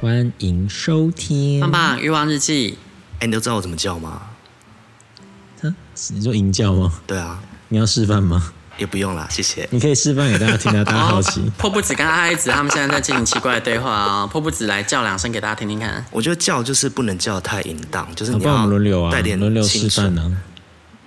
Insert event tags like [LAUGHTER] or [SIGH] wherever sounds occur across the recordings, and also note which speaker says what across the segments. Speaker 1: 欢迎收听。
Speaker 2: 棒棒欲望日记，
Speaker 3: 哎、你都知道我怎么叫吗？
Speaker 1: 啊你说营教吗？
Speaker 3: 对啊，
Speaker 1: 你要示范吗？
Speaker 3: 也不用啦，谢谢。
Speaker 1: 你可以示范给大家听啊，大家好
Speaker 3: [LAUGHS]
Speaker 1: 奇。
Speaker 2: 破布子跟阿爱子他们现在在进行奇怪的对话哦。 [LAUGHS] 破布子来叫两声给大家听听看。
Speaker 3: 我觉得叫就是不能叫得太淫荡，就是
Speaker 1: 好，
Speaker 3: 你
Speaker 1: 不然我
Speaker 3: 要
Speaker 1: 们轮流啊
Speaker 3: 带，点
Speaker 1: 轮流
Speaker 3: 情
Speaker 1: 示
Speaker 3: 趣，
Speaker 1: 范啊。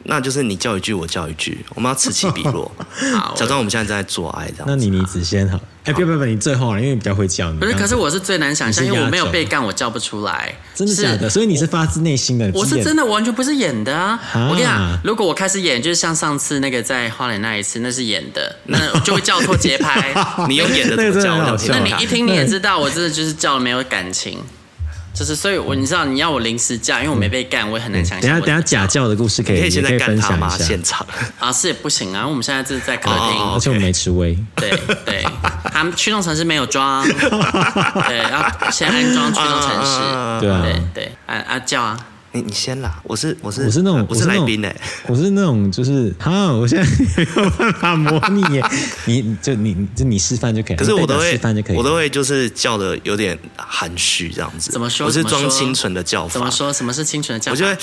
Speaker 3: 那就是你叫一句，我叫一句，我们要此起彼
Speaker 1: [LAUGHS]
Speaker 3: 落，
Speaker 2: 好，
Speaker 3: 假装我们现在正在做爱这样子。
Speaker 1: 那你你子先好了，哎，不要不要，不要你最后啊，因为比较会叫你。
Speaker 2: 不是，可是我是最难想象，
Speaker 1: 你
Speaker 2: 因
Speaker 1: 是
Speaker 2: 为我
Speaker 1: 压
Speaker 2: 没有
Speaker 1: 轴
Speaker 2: 被干，我叫不出来。
Speaker 1: 真的
Speaker 2: 是
Speaker 3: 啊
Speaker 1: 假的？所以你是发自内心的，
Speaker 2: 我是真
Speaker 1: 的。
Speaker 2: 的完全不是演的啊！
Speaker 1: 啊
Speaker 2: 我跟你讲，如果我开始演，就是像上次那个在花莲那一次，那是演的，那就会叫错节
Speaker 1: [LAUGHS]
Speaker 2: 拍。
Speaker 3: 你用演的怎
Speaker 1: 那个
Speaker 3: 么
Speaker 1: 真的
Speaker 3: 叫？
Speaker 1: 很
Speaker 3: 我
Speaker 1: 好
Speaker 3: 想
Speaker 2: 那
Speaker 1: 笑
Speaker 3: 听听
Speaker 2: 你
Speaker 3: 看
Speaker 2: 一听你也知道，我真的就是叫了没有感情，就是所以我你知道你要我临时叫，因为我没被干，我也很难想
Speaker 1: 嗯等一
Speaker 2: 象
Speaker 1: 下
Speaker 2: 我。
Speaker 1: 等一下，假叫的故事可以
Speaker 3: 可以
Speaker 1: 也
Speaker 3: 现
Speaker 1: 可
Speaker 3: 在
Speaker 1: 以
Speaker 3: 干
Speaker 1: 分
Speaker 3: 他
Speaker 1: 享
Speaker 3: 吗？
Speaker 1: 一下
Speaker 3: 现，场
Speaker 2: 啊是也不行啊，我们现在就是在客
Speaker 3: 哦
Speaker 1: 而
Speaker 2: 厅，
Speaker 1: 且我们没吃味。
Speaker 2: 对对，他们驱动城市没有
Speaker 1: [LAUGHS]
Speaker 2: 装，对，要先安装驱动城市，
Speaker 3: 啊
Speaker 1: 对啊，
Speaker 2: 对对，啊啊叫啊，
Speaker 3: 你你先啦，我是我是
Speaker 1: 我是那种
Speaker 3: 我是
Speaker 1: 那
Speaker 3: 来
Speaker 1: 种
Speaker 3: 宾哎、
Speaker 1: 我是那种就是哈，我现在没有办法模拟
Speaker 3: [LAUGHS]
Speaker 1: 耶。你你就你就你示范就可以了，
Speaker 3: 可是我都
Speaker 1: 代表
Speaker 3: 会
Speaker 1: 示范就可以了，
Speaker 3: 我都会就是叫的有点含蓄这样子。
Speaker 2: 怎么说
Speaker 3: 我
Speaker 2: 怎
Speaker 3: 是
Speaker 2: 么说
Speaker 3: 装清纯的叫
Speaker 2: 怎么
Speaker 3: 法，
Speaker 2: 说？什么是清纯的叫
Speaker 3: 我
Speaker 2: 法？
Speaker 3: 就会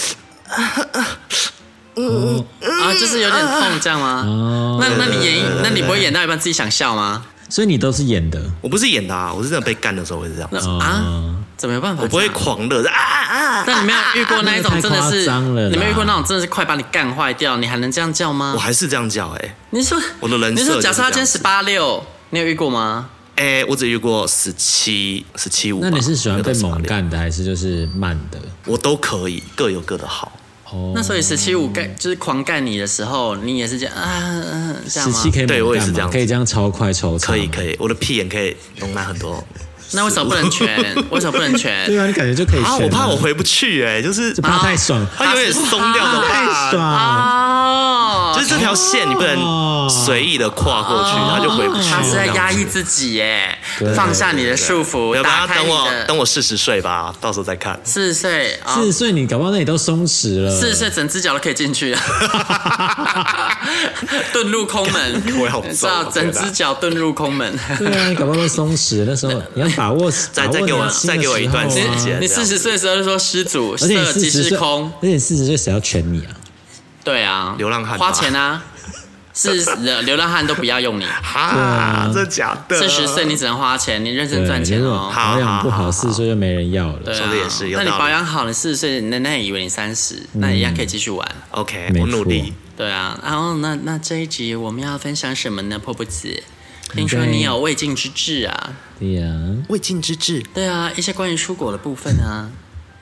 Speaker 2: 啊，就是有点痛这样吗？
Speaker 1: 哦。
Speaker 2: 那那你演一，那你不会演到一半自己想笑吗？
Speaker 1: 所以你都是演的
Speaker 3: 我不是演的啊，我是真的被干的时候会是这样子，
Speaker 2: 那啊，
Speaker 1: 啊。
Speaker 2: 怎么有办法？
Speaker 3: 我不会。狂乐啊啊啊！
Speaker 2: 但你没有遇过那一种
Speaker 3: [LAUGHS]
Speaker 1: 那个太
Speaker 2: 真的是
Speaker 1: 夸张了，啦
Speaker 2: 你没有遇过那种真的是快把你干坏掉，你还能这样叫吗
Speaker 3: 我？还是这样叫哎、
Speaker 2: 你说
Speaker 3: 我的人设
Speaker 2: 你说假设他今天
Speaker 3: 就
Speaker 2: 十
Speaker 3: 是
Speaker 2: 八六，你有遇过吗？
Speaker 3: 哎、我只遇过十七、十七五。
Speaker 1: 那你是喜欢被猛
Speaker 3: 猛？
Speaker 1: 干的，还是就是慢的？
Speaker 3: 我都可以，各有各的好。
Speaker 1: 哦，
Speaker 2: 那所以十七五干就是狂干你的时候，你也是这样啊，嗯这样
Speaker 1: 十
Speaker 2: 吗
Speaker 1: 七？可以猛干吗
Speaker 3: 对我也是这样子
Speaker 1: 可以这样超快抽插，
Speaker 3: 可以，可。以，我的屁眼可以容纳很多。
Speaker 2: 那为什么不能全？为什么不能全
Speaker 3: [LAUGHS]
Speaker 1: 对？啊，你感觉就可以
Speaker 3: 啊，
Speaker 1: 选
Speaker 3: 我怕
Speaker 1: 了 [LAUGHS]
Speaker 3: 我回哎不去哎、就是
Speaker 1: 就怕太爽，
Speaker 3: 它有点松掉的
Speaker 1: 太
Speaker 3: 话，
Speaker 2: 哦，
Speaker 1: 爽。
Speaker 3: 就是这条线你不
Speaker 1: 哦
Speaker 3: 能随意的跨过去，它就回不去。
Speaker 2: 他是在压抑
Speaker 3: 这样
Speaker 2: 自
Speaker 3: 子。
Speaker 2: 己耶
Speaker 1: 对，
Speaker 2: 放下你的束缚，
Speaker 3: 要不
Speaker 2: 打
Speaker 3: 然
Speaker 2: 开
Speaker 3: 等
Speaker 2: 你
Speaker 3: 我等
Speaker 2: 的
Speaker 3: 我四十岁吧，到时候再看。
Speaker 2: 四十岁啊。
Speaker 1: 四十岁，你搞不好那里都松弛了。
Speaker 3: 嗯
Speaker 2: 四十岁整只脚都可以进去了，啊 [LAUGHS] 遁入空门，
Speaker 3: 我啊要走了
Speaker 2: 知道整只脚遁入空门。
Speaker 1: 对啊，你搞不好都松弛了。那时候你要把握，
Speaker 3: [LAUGHS] 再
Speaker 1: 把握
Speaker 3: 再给我
Speaker 1: 年轻的
Speaker 3: 再给我一
Speaker 1: 时候
Speaker 3: 段时
Speaker 1: 啊
Speaker 3: 间
Speaker 2: 你四十岁的时候就说失主，
Speaker 1: 而且你
Speaker 2: 色
Speaker 1: 四
Speaker 2: 即
Speaker 1: 十
Speaker 2: 是
Speaker 1: 岁，
Speaker 2: 空，
Speaker 1: 而且你四十岁谁要全你啊？
Speaker 2: 对啊，
Speaker 3: 流浪汉吧
Speaker 2: 花钱啊，是流流浪汉都不要
Speaker 3: [LAUGHS]
Speaker 2: 用
Speaker 3: 啊
Speaker 2: 你。
Speaker 1: 啊
Speaker 3: 哈，真假的？
Speaker 2: 四十岁你只能花钱，你认真赚钱
Speaker 1: 对
Speaker 2: 哦
Speaker 1: 如果。保养不
Speaker 3: 好好
Speaker 1: 好，
Speaker 3: 好
Speaker 1: 四十岁就没人要
Speaker 2: 对
Speaker 1: 了。
Speaker 2: 啊
Speaker 3: 说得也是有
Speaker 2: 那
Speaker 3: 道
Speaker 2: 你
Speaker 3: 理
Speaker 2: 保养好，你四十岁，那那也以为你三十，
Speaker 1: 嗯
Speaker 2: 那一样可以继续玩。
Speaker 3: OK，
Speaker 1: 没
Speaker 3: 我
Speaker 1: 错
Speaker 3: 努力。
Speaker 2: 对啊，然后那那这一集我们要分享什么呢？迫不及，听说你有未尽之志啊。
Speaker 1: 对呀，
Speaker 3: 未尽之志
Speaker 2: 对啊，一些关于出国的部分啊。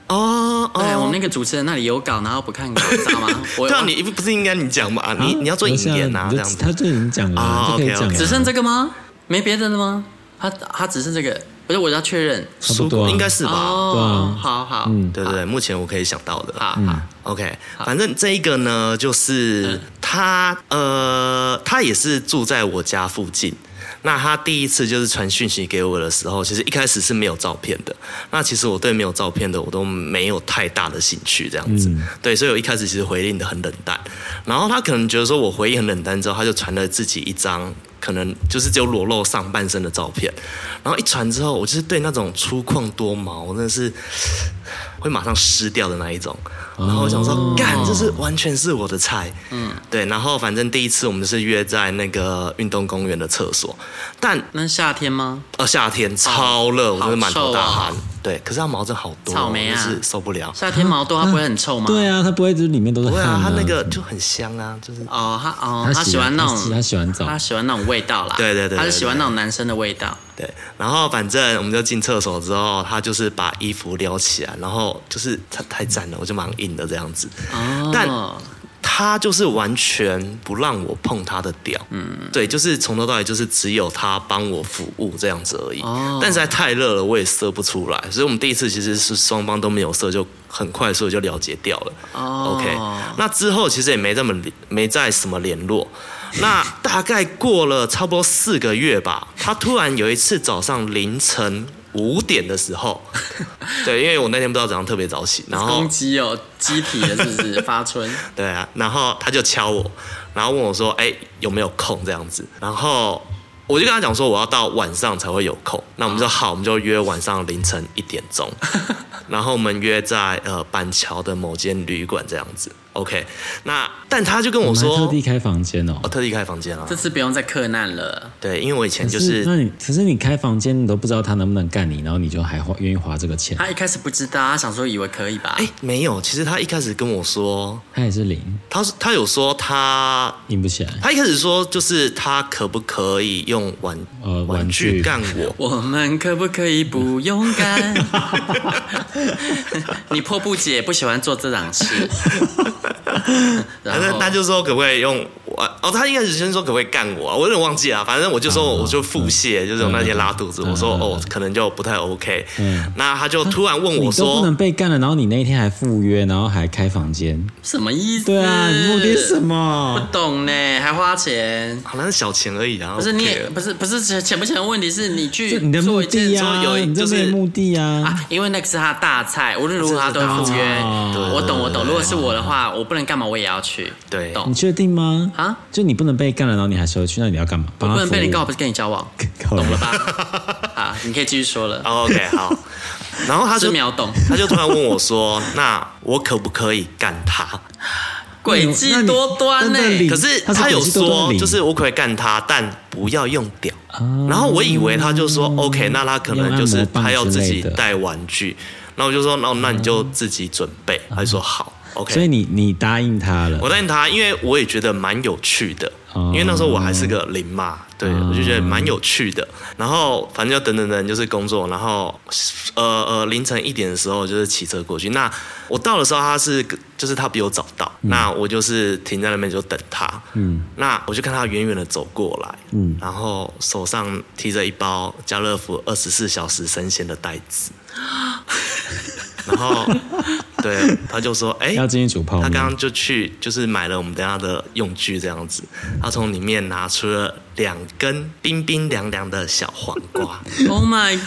Speaker 3: 哦
Speaker 2: 对，我们
Speaker 3: 哦。
Speaker 2: 那个主持人那里有稿，然后不看稿，知
Speaker 3: [LAUGHS]
Speaker 2: 道吗？我
Speaker 3: 对啊，你不是应该你讲吗？啊你你要做
Speaker 1: 等
Speaker 3: 引
Speaker 1: 一下
Speaker 3: 言啊，
Speaker 1: 你
Speaker 3: 这
Speaker 1: 就
Speaker 3: 样子。
Speaker 1: 他就已经讲了，
Speaker 3: 哦
Speaker 1: 就可以讲
Speaker 3: OK，OK
Speaker 1: 了。
Speaker 2: 只剩这个吗？没别的了吗？他他只剩这个，不是我要确认。
Speaker 1: 差不多啊
Speaker 3: 应该是吧？
Speaker 2: 哦啊
Speaker 1: 对，啊
Speaker 2: 好好，
Speaker 1: 嗯
Speaker 3: 对对对，目前我可以想到的。
Speaker 2: 好好，
Speaker 3: OK，反正这一个呢，就是他呃，他也是住在我家附近。那他第一次就是传讯息给我的时候，其实一开始是没有照片的。那其实我对没有照片的我都没有太大的兴趣，这样子。对，所以我一开始其实回应的很冷淡。然后他可能觉得说我回应很冷淡之后，他就传了自己一张可能就是只有裸露上半身的照片。然后一传之后，我就是对那种粗犷多毛，我真的是会马上湿掉的那一种。然后我想说，
Speaker 2: 哦
Speaker 3: 干，这是完全是我的菜。嗯，对。然后反正第一次我们就是约在那个运动公园的厕所，但
Speaker 2: 那夏天吗？
Speaker 3: 呃夏天超热，我真的满头大
Speaker 2: 哦好
Speaker 3: 汗
Speaker 2: 臭啊。
Speaker 3: 对，可是它毛真的好多，
Speaker 2: 草莓啊
Speaker 3: 我就是受不了。
Speaker 2: 夏天毛多，它不会很臭吗？
Speaker 1: 对啊，它不会就是里面都是
Speaker 3: 不会
Speaker 1: 汗
Speaker 3: 啊，它那个就很香啊，就是
Speaker 2: 哦，他哦，
Speaker 1: 他
Speaker 2: 他喜欢那种，
Speaker 1: 他喜欢这种
Speaker 2: 他喜欢那种味道啦。
Speaker 3: 对对对对
Speaker 2: 他是喜欢那种男生的味道。
Speaker 3: 对，然后反正我们就进厕所之后，他就是把衣服撩起来，然后就是他太赞了，我就蛮硬的这样子。
Speaker 2: 哦，
Speaker 3: 但他就是完全不让我碰他的屌，嗯，对，就是从头到尾就是只有他帮我服务这样子而已。
Speaker 2: 哦
Speaker 3: 但实在太热了，我也射不出来，所以我们第一次其实是双方都没有射，就很快速地就了解掉了。
Speaker 2: 哦
Speaker 3: OK，那之后其实也没这么没再什么联络。那大概过了差不多四个月吧，他突然有一次早上凌晨五点的时候，对，因为我那天不知道早上特别早起，然后
Speaker 2: 攻击哦，机体的是不是发
Speaker 3: [LAUGHS]
Speaker 2: 春？
Speaker 3: 对啊，然后他就敲我，然后问我说：“哎、有没有空？”这样子，然后我就跟他讲说，我要到晚上才会有空。那我们就好，我们就约晚上凌晨一点
Speaker 1: [LAUGHS]
Speaker 3: 钟，然后我们约在呃板桥的某间旅馆这样子。OK，那但他就跟我
Speaker 1: 我们还
Speaker 3: 说
Speaker 1: 特，地开房间哦
Speaker 3: 我。特地开房间啊
Speaker 2: 这，次不用再克难了。
Speaker 3: 对，因为我以前就
Speaker 1: 可
Speaker 3: 是
Speaker 1: 那你可是你开房间，你都不知道他能不能干你，然后你就还花愿意花这个钱，
Speaker 2: 他一开始不知道，他想说以为可以吧？
Speaker 3: 哎、没有，其实他一开始跟我说，
Speaker 1: 他也是零，
Speaker 3: 他是他有说他
Speaker 1: 硬不起来。
Speaker 3: 他一开始说就是他可不可以用玩
Speaker 1: 呃
Speaker 3: 玩
Speaker 1: 玩
Speaker 3: 具
Speaker 1: 具
Speaker 3: 干我，
Speaker 2: 我们可不可以不勇敢？你破布姐不喜欢做这档事，然
Speaker 3: 反正
Speaker 2: 后
Speaker 3: 他就说可不可以用我哦，他一开始先说可不可以干我、啊，我有点忘记了。反正我就说我就腹泻，就是有那天拉肚子，
Speaker 1: 嗯
Speaker 3: 我说
Speaker 1: 嗯
Speaker 3: 哦
Speaker 1: 嗯
Speaker 3: 可能就不太 OK
Speaker 1: 嗯。
Speaker 3: 那他就突然问我
Speaker 1: 你都不
Speaker 3: 说
Speaker 1: 能，被干了，然后你那一天还赴约，然后还开房间，
Speaker 2: 什么意思？
Speaker 1: 对啊，你目的是什
Speaker 2: 不 [LAUGHS]
Speaker 1: 么？
Speaker 2: 懂呢，还花钱。
Speaker 3: 好像是小钱而已啊，
Speaker 2: 不是你也
Speaker 3: OK
Speaker 2: 不是不是钱钱不钱的问题，是你去
Speaker 1: 这你的目
Speaker 2: 做一件
Speaker 1: 的
Speaker 2: 说有
Speaker 1: 啊，
Speaker 2: 一
Speaker 1: 你这
Speaker 2: 就
Speaker 1: 没
Speaker 2: 是
Speaker 1: 目的啊，
Speaker 2: 啊，因为那个是他的大菜，无论如何他都会赴约
Speaker 1: 哦。
Speaker 3: 对
Speaker 2: 我懂我懂，如果是我的话，我不能干嘛我也要去。
Speaker 3: 对
Speaker 2: 懂
Speaker 1: 你确定吗？
Speaker 2: 啊，
Speaker 1: 就你不能被干了，然后你还说去，那你要干嘛？
Speaker 2: 我
Speaker 1: 帮他
Speaker 2: 不能被你
Speaker 1: 服务
Speaker 2: 告，我不是跟你交往，
Speaker 1: [LAUGHS] 靠
Speaker 2: 懂了吧？啊，你可以继续说了，
Speaker 3: 哦 OK 好，然后他
Speaker 2: 是
Speaker 3: 就
Speaker 2: 秒懂，
Speaker 3: 他就突然问我说，那我可不可以干他？
Speaker 2: 诡
Speaker 1: 那
Speaker 2: 计
Speaker 1: 你
Speaker 2: 多端欸呢
Speaker 1: 那。你
Speaker 3: 可是
Speaker 1: 他是
Speaker 3: 他有
Speaker 1: 口气多端
Speaker 3: 说，
Speaker 1: 零
Speaker 3: 就是我可不可以干他，但不要用屌。然后我以为他就说 OK，那他可能就
Speaker 1: 用
Speaker 3: 是
Speaker 1: 按摩棒
Speaker 3: 他要自己
Speaker 1: 之类的
Speaker 3: 带玩具。然后我就说，那那你就自己准备。他就说好
Speaker 1: 啊
Speaker 3: ，OK。
Speaker 1: 所以你你答应他了
Speaker 3: 我，答应他，因为我也觉得蛮有趣的，
Speaker 1: 哦
Speaker 3: 因为那时候我还是个零嘛，对
Speaker 1: 哦
Speaker 3: 我就觉得蛮有趣的。然后反正就等等等，就是工作，然后呃呃凌晨一点的时候就是骑车过去。那我到的时候他是就是他比我早到，
Speaker 1: 嗯
Speaker 3: 那我就是停在那边就等他。嗯，那我就看他远远的走过来，嗯，然后手上提着一包家乐福二十四小时生鲜的袋
Speaker 1: [LAUGHS]
Speaker 3: 子。然后，对，他就说：“哎、
Speaker 1: 要进去煮泡
Speaker 3: 他
Speaker 1: 面
Speaker 3: 刚。刚就去就是买了我们等下的用具这样子，他从里面拿出了两根冰冰凉凉的小黄
Speaker 1: [LAUGHS]
Speaker 3: 瓜，
Speaker 2: Oh my
Speaker 1: 还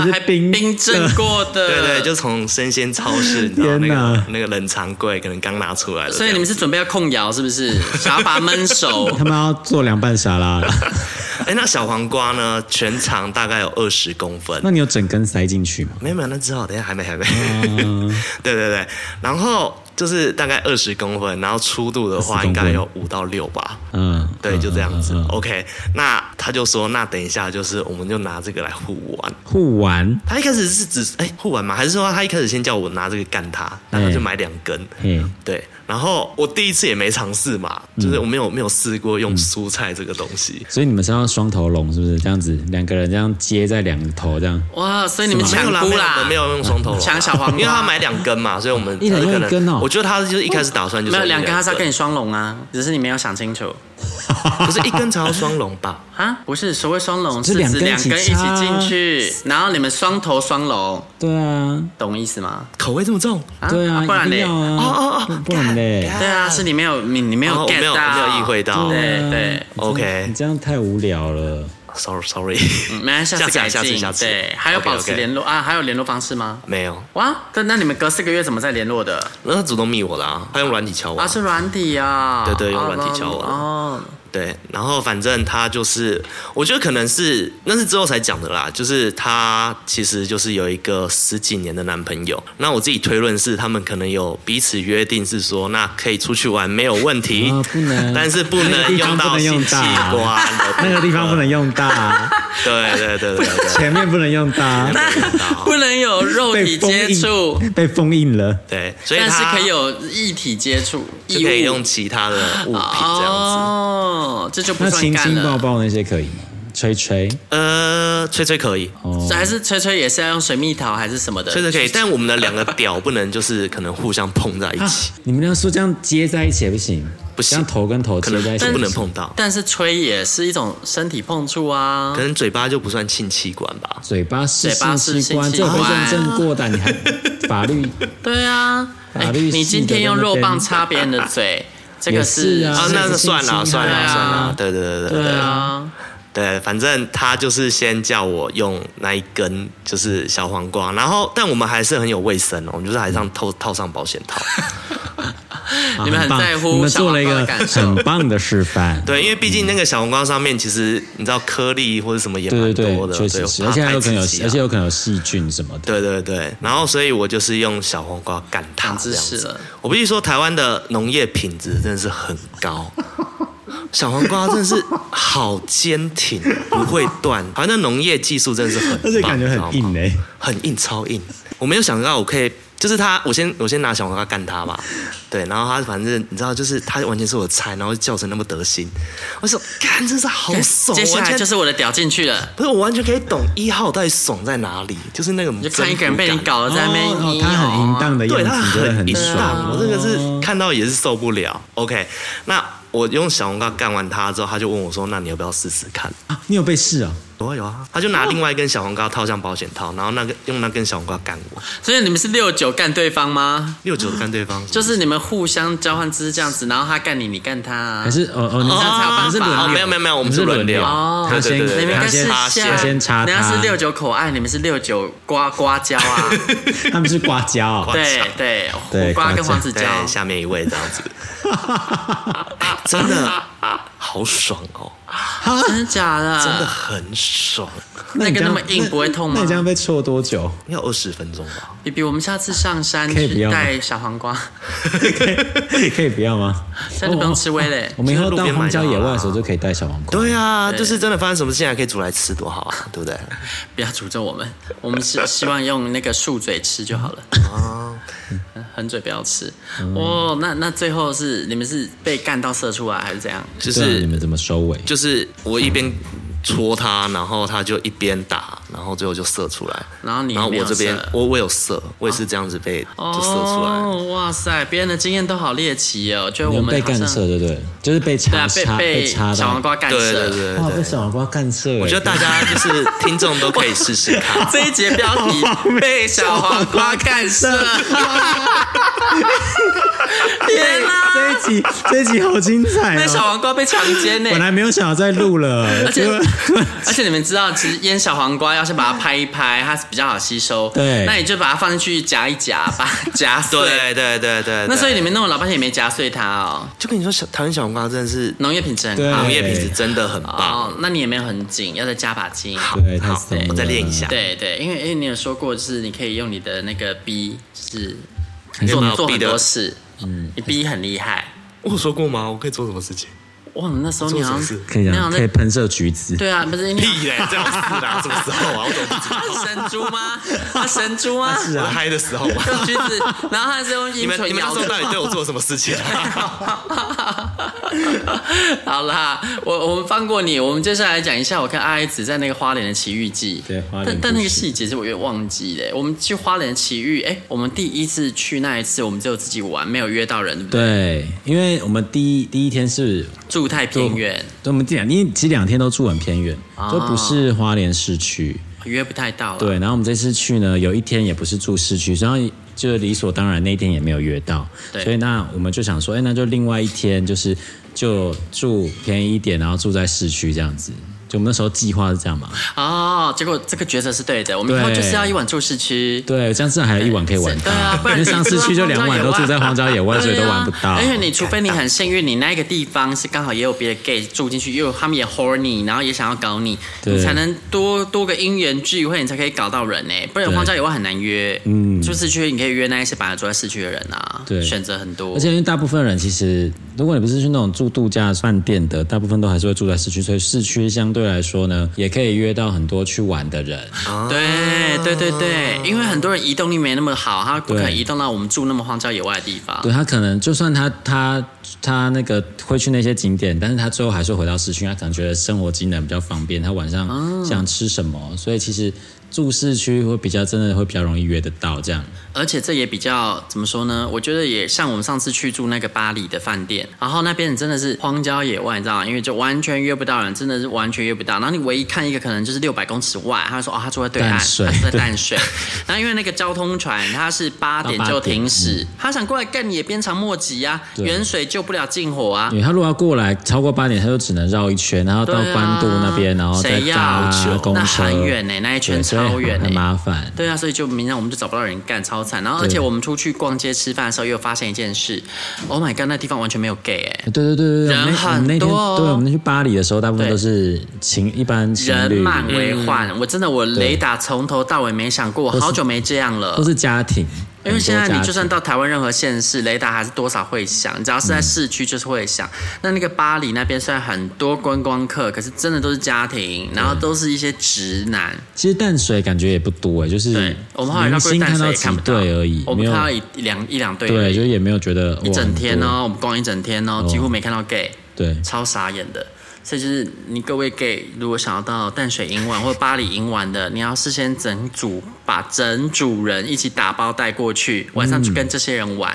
Speaker 2: god，
Speaker 1: 是
Speaker 2: 还
Speaker 1: 冰
Speaker 2: 冰镇过的，
Speaker 3: 对对，就从生鲜超市，你知道那
Speaker 1: 天
Speaker 3: 个
Speaker 1: 哪
Speaker 3: 那个冷藏柜可能刚拿出来的这样，
Speaker 2: 所以你们是准备要控窑是不
Speaker 3: [LAUGHS]
Speaker 2: 是？想要把它闷熟？
Speaker 1: 他们要做凉拌沙拉了， [LAUGHS]
Speaker 3: 哎，那小黄瓜呢，全长大概有二十公分，
Speaker 1: 那你有整根塞进去吗？
Speaker 3: 没有没有，那只好等一下还没还没。
Speaker 1: 哦
Speaker 3: [LAUGHS] 对对对，然后就是大概二十公分，然后粗度的
Speaker 1: 20
Speaker 3: 话应
Speaker 1: 公分
Speaker 3: 该有五到六吧。
Speaker 1: 嗯，
Speaker 3: 对，就这样子。哦
Speaker 1: 嗯嗯嗯
Speaker 3: OK，那他就说，那等一下就是我们就拿这个来互玩。
Speaker 1: 互玩，
Speaker 3: 他一开始是只哎互玩嘛，还是说他一开始先叫我拿这个干他，然后就买两根。
Speaker 2: 嗯
Speaker 1: 嘿，
Speaker 3: 对，然后我第一次也没尝试嘛，就是我没有没有试过用蔬菜这个东西。
Speaker 1: 所以你们是要双头龙是不是？这样子两个人这样接在两头这样，
Speaker 2: 哇，所以你们
Speaker 3: 没
Speaker 2: 抢
Speaker 3: 有啦，
Speaker 2: 嗯菇
Speaker 3: 没有
Speaker 2: 啦
Speaker 3: 啦，没有用双头龙啦，
Speaker 2: 抢小黄瓜
Speaker 3: 因为他买两根嘛，所以我们呃
Speaker 1: 一人用一根哦
Speaker 3: 我觉得他就是一开始打算就是
Speaker 2: 没有两根，他是要跟
Speaker 3: 你，
Speaker 2: 你双龙啊，只是你没有想清楚
Speaker 3: 可是一根才要双龙吧？
Speaker 2: 啊。不是，所谓双龙是
Speaker 1: 是
Speaker 2: 指
Speaker 1: 两根
Speaker 2: 两根一
Speaker 1: 一起
Speaker 2: 起
Speaker 1: 插
Speaker 2: 进去，然后你们双头双龙，
Speaker 1: 对啊，
Speaker 2: 懂意思吗？
Speaker 3: 口味这么重，
Speaker 2: 啊
Speaker 1: 对啊，
Speaker 2: 不然
Speaker 1: 一定要
Speaker 2: 嘞？
Speaker 1: 啊，
Speaker 3: 哦哦
Speaker 1: 不不然嘞，
Speaker 2: 对啊，是你没有你你没有
Speaker 3: 哦我没
Speaker 2: get
Speaker 3: 有
Speaker 2: 到，
Speaker 3: 我没有意会到
Speaker 2: 对
Speaker 1: 啊
Speaker 2: 对。
Speaker 1: 你这样
Speaker 3: OK
Speaker 1: 你这样太无聊了。
Speaker 3: ，sorry sorry，
Speaker 2: 嗯没关系，下
Speaker 3: 下
Speaker 2: 次
Speaker 3: 次
Speaker 2: 改
Speaker 3: 啊下次
Speaker 2: 进。
Speaker 3: 下次
Speaker 2: 对，还有
Speaker 3: OK，OK
Speaker 2: 保持联络啊，还有联络方式吗？
Speaker 3: 没有，
Speaker 2: 哇，那那你们隔四个月怎么再联络的？
Speaker 3: 那他主动密我啦，他用软体敲我
Speaker 2: 啊，，是软体啊，
Speaker 3: 对对用软体
Speaker 2: 哦
Speaker 3: 敲我
Speaker 2: 哦，
Speaker 3: 对，然后反正他就是，我觉得可能是那是之后才讲的啦，就是他其实就是有一个十几年的男朋友。那我自己推论是，他们可能有彼此约定是说，那可以出去玩没有问题，
Speaker 1: 啊不能
Speaker 3: 但是不
Speaker 1: 那个
Speaker 3: 能
Speaker 1: 地方
Speaker 3: 用
Speaker 1: 不
Speaker 3: 到
Speaker 1: 能
Speaker 3: 性
Speaker 1: 用
Speaker 3: 器
Speaker 1: 大
Speaker 3: 官的
Speaker 1: 那个地方不能用大，啊
Speaker 3: [LAUGHS] 对对对对对
Speaker 1: 前面不能用大，
Speaker 3: 啊
Speaker 2: 不能有肉
Speaker 1: 被
Speaker 2: 体
Speaker 1: 封
Speaker 2: 接触，
Speaker 1: 印，被封印了。
Speaker 3: 对，所以
Speaker 2: 但是
Speaker 3: 他
Speaker 2: 可以有异体接触，
Speaker 3: 就
Speaker 2: 异物
Speaker 3: 可以用其他的物品这样子。
Speaker 2: 哦，这就不
Speaker 1: 那
Speaker 2: 算
Speaker 1: 亲
Speaker 2: 干
Speaker 1: 亲抱
Speaker 2: 了。
Speaker 1: 抱那些可以吗？吹吹
Speaker 3: 呃，吹吹可以，
Speaker 1: 哦，
Speaker 2: 还是吹吹也是要用水蜜桃还是什么的？
Speaker 3: 吹吹可以，但我们的两个屌不能就是可能互相碰在一
Speaker 1: 啊
Speaker 3: 起，
Speaker 1: 你们那说这样接在一起也不行，
Speaker 3: 不
Speaker 1: 这
Speaker 3: 行
Speaker 1: 样头跟头
Speaker 3: 可
Speaker 1: 接
Speaker 3: 能
Speaker 1: 在一起
Speaker 3: 不能碰到，
Speaker 2: 但是吹也是一种身体碰触啊
Speaker 3: 可。能嘴巴就不算性器官吧。
Speaker 1: 嘴巴是
Speaker 2: 嘴巴是
Speaker 1: 性器官，
Speaker 2: 性器
Speaker 1: 这
Speaker 2: 官
Speaker 1: 被认证过的，你还法律 [LAUGHS]
Speaker 2: 对啊，哎
Speaker 1: 法律系的
Speaker 2: 你今天用
Speaker 1: 在那
Speaker 2: 肉
Speaker 1: 边
Speaker 2: 棒插别人的嘴，这个
Speaker 1: [LAUGHS] 也是啊
Speaker 3: 啊，那
Speaker 1: 那
Speaker 3: 那
Speaker 1: 是
Speaker 3: 算
Speaker 1: 性
Speaker 3: 了
Speaker 1: 器
Speaker 3: 算
Speaker 2: 对
Speaker 3: 了
Speaker 2: 啊
Speaker 3: 算了，对对对对
Speaker 2: 对
Speaker 3: 对
Speaker 2: 啊，
Speaker 3: 对，反正他就是先叫我用那一根就是小黄瓜，然后但我们还是很有卫生哦，我们就是还上
Speaker 1: 嗯
Speaker 3: 套套上保险套。
Speaker 2: 你们很
Speaker 1: 啊棒
Speaker 2: 在乎
Speaker 1: 你们
Speaker 2: 小
Speaker 1: 做了
Speaker 2: 黄
Speaker 1: 一
Speaker 2: 瓜的
Speaker 1: 个
Speaker 2: 感受
Speaker 1: 很棒的示范。
Speaker 3: 对，因为毕竟那个小黄瓜上面，其实你知道颗粒或者什么也蛮
Speaker 1: 对对
Speaker 3: 多
Speaker 1: 对，
Speaker 3: 的，
Speaker 1: 确实是，而
Speaker 3: 怕
Speaker 1: 且还
Speaker 3: 太
Speaker 1: 有可能有，
Speaker 3: 刺激啊
Speaker 1: 而且有可能有细菌什么的。
Speaker 3: 对对对，然后所以我就是用小黄瓜干它
Speaker 2: 长
Speaker 3: 这
Speaker 2: 知
Speaker 3: 样
Speaker 2: 识
Speaker 3: 子
Speaker 2: 了。
Speaker 3: 我必须说，台湾的农业品质真的是很高，
Speaker 2: [LAUGHS]
Speaker 3: 小黄瓜真的是好坚挺，不会断。反正农业技术真的是很棒，
Speaker 1: [LAUGHS] 而且感觉很
Speaker 3: 你知道吗
Speaker 1: 硬欸
Speaker 3: 很硬，超硬。我没有想到我可以，就是他，我先我先拿小黄瓜干他吧，对，然后他反正你知道，就是他完全是我的菜，然后叫成那么得心，我说干真
Speaker 2: [LAUGHS]
Speaker 3: 是好爽，
Speaker 2: 接下
Speaker 3: 完
Speaker 2: 来
Speaker 3: 全
Speaker 2: 就是我的屌进去了，
Speaker 3: 不是我完全可以懂一号到底爽在哪里，就是那个
Speaker 2: 你就看一个人被你啊
Speaker 3: 征服感
Speaker 2: 搞得在那边、
Speaker 1: 哦，他很淫荡的样
Speaker 3: 对他
Speaker 1: 子，真的
Speaker 3: 很哦
Speaker 1: 很
Speaker 3: 淫
Speaker 1: 爽。
Speaker 3: 荡，我这个是看到也是受不了。OK，那我用小黄瓜干完他之后，他就问我说：“那你要不要试试看
Speaker 1: 啊你有被试啊？？”
Speaker 3: 有啊有啊，他就拿另外一根小黄瓜套上保险套，然后那个用那根小黄瓜干我，
Speaker 2: 所以你们是六九干对方吗？
Speaker 3: 六九的干对方，
Speaker 2: 啊就是你们互相交换姿势这样子，然后他干你，你干他、啊，
Speaker 1: 还是哦哦，你
Speaker 2: 这样才有办法
Speaker 1: 你是轮
Speaker 3: 哦
Speaker 1: 流？
Speaker 3: 没有没有没有，我们
Speaker 1: 你
Speaker 3: 是轮流，
Speaker 2: 哦
Speaker 3: 对对对
Speaker 2: 你
Speaker 1: 他
Speaker 3: 对
Speaker 2: 们
Speaker 1: 先
Speaker 3: 对
Speaker 2: 应该
Speaker 3: 他
Speaker 2: 是
Speaker 3: 先
Speaker 1: 他
Speaker 2: 像
Speaker 1: 先先插
Speaker 2: 人家
Speaker 1: 他
Speaker 2: 是六九口爱，你们是六九瓜瓜胶
Speaker 1: [LAUGHS]
Speaker 2: 啊，
Speaker 1: 他们是挂胶啊。
Speaker 2: 对对，
Speaker 1: 对
Speaker 2: 苦瓜跟黄子胶，
Speaker 3: 对下面一位这样子，哎真的好爽哦，
Speaker 2: 啊真的假的？
Speaker 3: 真的很爽，
Speaker 2: [LAUGHS] 那
Speaker 1: 你
Speaker 2: 个
Speaker 1: 这
Speaker 2: 那
Speaker 1: 样
Speaker 2: 么硬不会痛吗
Speaker 1: 那你这样被戳多久？ [LAUGHS]
Speaker 3: 要二十分钟吧。
Speaker 2: 比比，我们下次上山
Speaker 1: 可以不
Speaker 2: 去
Speaker 1: 要吗
Speaker 2: 带小黄瓜，
Speaker 1: 可以不要吗？
Speaker 2: 真的不用吃威嘞
Speaker 1: 哦我。们以后到
Speaker 3: 路边
Speaker 1: 荒
Speaker 3: 买
Speaker 1: 郊
Speaker 3: 就好
Speaker 1: 野外的
Speaker 3: 啦
Speaker 1: 时候就可以带小黄瓜。
Speaker 3: 对啊，
Speaker 2: 对
Speaker 3: 就是真的发生什么事情还可以煮来吃，多好啊，对不对？
Speaker 2: 不要诅咒我们， [LAUGHS] 我们是希望用那个漱嘴吃就好了。 [LAUGHS] 哦，狠嘴不要吃。哦，那那最后是你们是被干到射出来还是怎样？
Speaker 3: 就
Speaker 1: 对啊，你
Speaker 3: 是
Speaker 1: 们怎么收尾？
Speaker 3: 就是我一边戳他，然后他就一边打，然后最后就射出来。
Speaker 2: 然后你
Speaker 3: 然后
Speaker 2: 没
Speaker 3: 我
Speaker 2: 有
Speaker 3: 这边
Speaker 2: 射
Speaker 3: 我我有射，我也是这样子被就射出来。
Speaker 2: 哦，哇塞，别人的经验都好猎奇哦，觉得
Speaker 1: 你
Speaker 2: 我
Speaker 1: 们
Speaker 2: 们
Speaker 1: 被干
Speaker 2: 好像
Speaker 1: 射，对不对？就是被
Speaker 2: 对
Speaker 1: 插
Speaker 2: 啊，被
Speaker 1: 插被插
Speaker 2: 小
Speaker 1: 到
Speaker 2: 黄。瓜干
Speaker 3: 对对
Speaker 2: 射。
Speaker 3: 对
Speaker 1: 哇，
Speaker 3: 对
Speaker 1: 被
Speaker 3: 对，
Speaker 1: 小黄瓜干射欸！
Speaker 3: 我觉得大家就是听众都可以试试 [LAUGHS]
Speaker 2: [LAUGHS]
Speaker 3: 看。
Speaker 2: 这一节标题被小黄瓜干射，天哪！
Speaker 1: 这一集这一集好精彩
Speaker 2: 那小
Speaker 1: 哦！
Speaker 2: 黄瓜被强奸呢、欸
Speaker 1: 本来没有想要再录了，
Speaker 2: 而且
Speaker 1: 结
Speaker 2: [LAUGHS]
Speaker 1: 果
Speaker 2: 而且你们知道，其实腌小黄瓜要先把它拍一拍，它是比较好吸收。
Speaker 1: 对
Speaker 2: 那你就把它放进去夹一夹，把它夹碎。
Speaker 3: 对对对对，
Speaker 2: 那所以你
Speaker 3: 们
Speaker 2: 们弄了老半天也没夹碎它哦，
Speaker 3: 就跟你说，小台湾小黄瓜真的是
Speaker 2: 农业品质很
Speaker 1: 对
Speaker 2: 好。
Speaker 3: 农业品质真的很棒。
Speaker 2: 哦，那你也没有很紧，要再加把劲。
Speaker 1: 对，太
Speaker 3: 好
Speaker 1: 怂了。
Speaker 3: 我再练一下
Speaker 2: 对对，因为因为你有说过，就是你可以用你的那个 B，就是
Speaker 3: 有没
Speaker 2: 做
Speaker 3: 有
Speaker 2: 做
Speaker 3: B
Speaker 2: 很
Speaker 3: 的
Speaker 2: 多事。嗯，你 B 很厉害。
Speaker 3: 我有说过吗？我可以做什么事情？
Speaker 2: 哇，那时候你好像
Speaker 3: 做什么事
Speaker 1: 可以
Speaker 2: 你好
Speaker 1: 讲，
Speaker 2: 像
Speaker 1: 可以
Speaker 2: 在
Speaker 1: 喷射橘子。
Speaker 2: 对啊，不是你好
Speaker 3: [LAUGHS] 屁嘞，这样子啦，什么时候啊？我怎么
Speaker 2: [LAUGHS]
Speaker 3: [LAUGHS] 不知道？
Speaker 2: 神猪吗？他神猪吗？
Speaker 1: 是
Speaker 3: 我
Speaker 1: 啊，
Speaker 3: 嗨的时候吧。
Speaker 2: 用橘子，然后他是用
Speaker 3: [LAUGHS] 你
Speaker 2: 樱
Speaker 3: 们
Speaker 2: 唇
Speaker 3: 你们那
Speaker 2: 咬
Speaker 3: 时候
Speaker 2: 的。
Speaker 3: 到底对我做了什么事 [LAUGHS] 情、
Speaker 2: [LAUGHS]
Speaker 3: 啊？
Speaker 2: 好啦，我我们放过你，我们接下来讲一下我跟阿姨子在那个花莲的奇遇记。
Speaker 1: 对花莲
Speaker 2: 但但
Speaker 1: 故
Speaker 2: 那个
Speaker 1: 事
Speaker 2: 细节是我有点忘记嘞。我们去花莲奇遇，哎，我们第一次去那一次，我们只有自己玩，没有约到人，对不对？
Speaker 1: 对，因为我们第一第一天是
Speaker 2: 住太偏远，
Speaker 1: 对，我们这两，因为其实两天都住很偏远，
Speaker 2: 哦
Speaker 1: 都不是花莲市区。
Speaker 2: 约不太到。，
Speaker 1: 对，然后我们这次去呢，有一天也不是住市区，然后就理所当然那一天也没有约到，
Speaker 2: 对
Speaker 1: 所以那我们就想说，哎，那就另外一天就是就住便宜一点，然后住在市区这样子，就我们那时候计划是这样嘛，
Speaker 2: 哦，结果这个决策是对的，我们以
Speaker 1: 对
Speaker 2: 后就是要一碗住市区。
Speaker 1: 对，这样至少还有一晚可以玩
Speaker 2: 对啊
Speaker 1: 它，
Speaker 2: 不然
Speaker 1: 因为上次去就两晚都住在荒郊野外，所以都玩不到。
Speaker 2: 因为你除非你啊哎很幸运，你那个地方是刚好也有别的 gay 住进去，又有他们也 horny，然后也想要搞你，
Speaker 1: 对
Speaker 2: 你才能多多个姻缘聚会，你才可以搞到人呢、不然
Speaker 1: 对
Speaker 2: 荒郊野外很难约。嗯，住市区你可以约那一些本来住在市区的人啊，
Speaker 1: 对
Speaker 2: 选择很多。
Speaker 1: 而且因为大部分人其实，如果你不是去那种住度假饭店的，大部分都还是会住在市区，所以市区相对来说呢，也可以约到很多去玩的人。
Speaker 2: 啊对对对对，因为很多人移动力没那么好，他不可能
Speaker 1: 对
Speaker 2: 移动到我们住那么荒郊野外的地方。
Speaker 1: 对他可能就算他他他那个会去那些景点，但是他最后还是回到市区，他可能觉得生活机能比较方便，他晚
Speaker 2: 啊
Speaker 1: 上想吃什么，所以其实住市区会比较真的会比较容易约得到这样。
Speaker 2: 而且这也比较怎么说呢？我觉得也像我们上次去住那个巴黎的饭店，然后那边真的是荒郊野外，你知道吗？因为就完全约不到人，真的是完全约不到。然后你唯一看一个可能就是六百公尺外，他就说哦，他住在对岸，
Speaker 1: 淡
Speaker 2: 他住
Speaker 1: 水
Speaker 2: 在淡水。然后因为那个交通船啊它是八点
Speaker 1: 到八
Speaker 2: 就
Speaker 1: 点
Speaker 2: 停驶，他想过来干你也鞭长莫及啊，
Speaker 1: 嗯对
Speaker 2: 远水救不了近火啊
Speaker 1: 因。为他如果要过来超过八点，他就只能绕一圈，然后到
Speaker 2: 对啊
Speaker 1: 关渡那边，然后再
Speaker 2: 谁要
Speaker 1: 搭公车，
Speaker 2: 那很远呢、那一圈
Speaker 1: 对所以
Speaker 2: 超远呢、
Speaker 1: 很麻烦。
Speaker 2: 对啊，所以就明天我们就找不到人干，超惨。然后而
Speaker 1: 对
Speaker 2: 且我们出去逛街吃饭的时候，又发现一件事，Oh my god，那地方完全没有 gay 哎、
Speaker 1: 对对对对对，
Speaker 2: 人
Speaker 1: 我们那
Speaker 2: 很
Speaker 1: 我们那天
Speaker 2: 多哦
Speaker 1: 对，我们去巴黎的时候，大部分
Speaker 2: 对
Speaker 1: 都是情一般情
Speaker 2: 人
Speaker 1: 侣，
Speaker 2: 满为患，我真的我雷达从头到尾没想过，我
Speaker 1: 嗯是
Speaker 2: 好久没这样了
Speaker 1: 都。是家庭。
Speaker 2: 因为现在
Speaker 1: 很多
Speaker 2: 你
Speaker 1: 家庭嗯
Speaker 2: 就算到台湾任何县市，雷达还是多少会响。你只要是在市区，就是会响。那那个巴黎那边虽然很多观光客，可是真的都是家庭，然后都是一些直男。
Speaker 1: 其实淡水感觉也不多哎，就是
Speaker 2: 对，我们后来到
Speaker 1: 嗯明
Speaker 2: 龟
Speaker 1: 星
Speaker 2: 淡
Speaker 1: 看
Speaker 2: 水也
Speaker 1: 几
Speaker 2: 看不到
Speaker 1: 对而已，
Speaker 2: 我
Speaker 1: 没
Speaker 2: 们
Speaker 1: 有
Speaker 2: 看到一一两一两对而
Speaker 1: 对，
Speaker 2: 已，
Speaker 1: 就也没有觉得
Speaker 2: 一整天
Speaker 1: 哇很
Speaker 2: 哦，我们逛一整天哦，几乎没看到 gay，
Speaker 1: 多对，
Speaker 2: 超傻眼的。所以就是你各位 gay，如果想要到淡水银玩 [LAUGHS] 或巴黎银玩的，你要事先整组把整组人一起打包带过
Speaker 1: 嗯
Speaker 2: 去，晚上去跟这些人玩，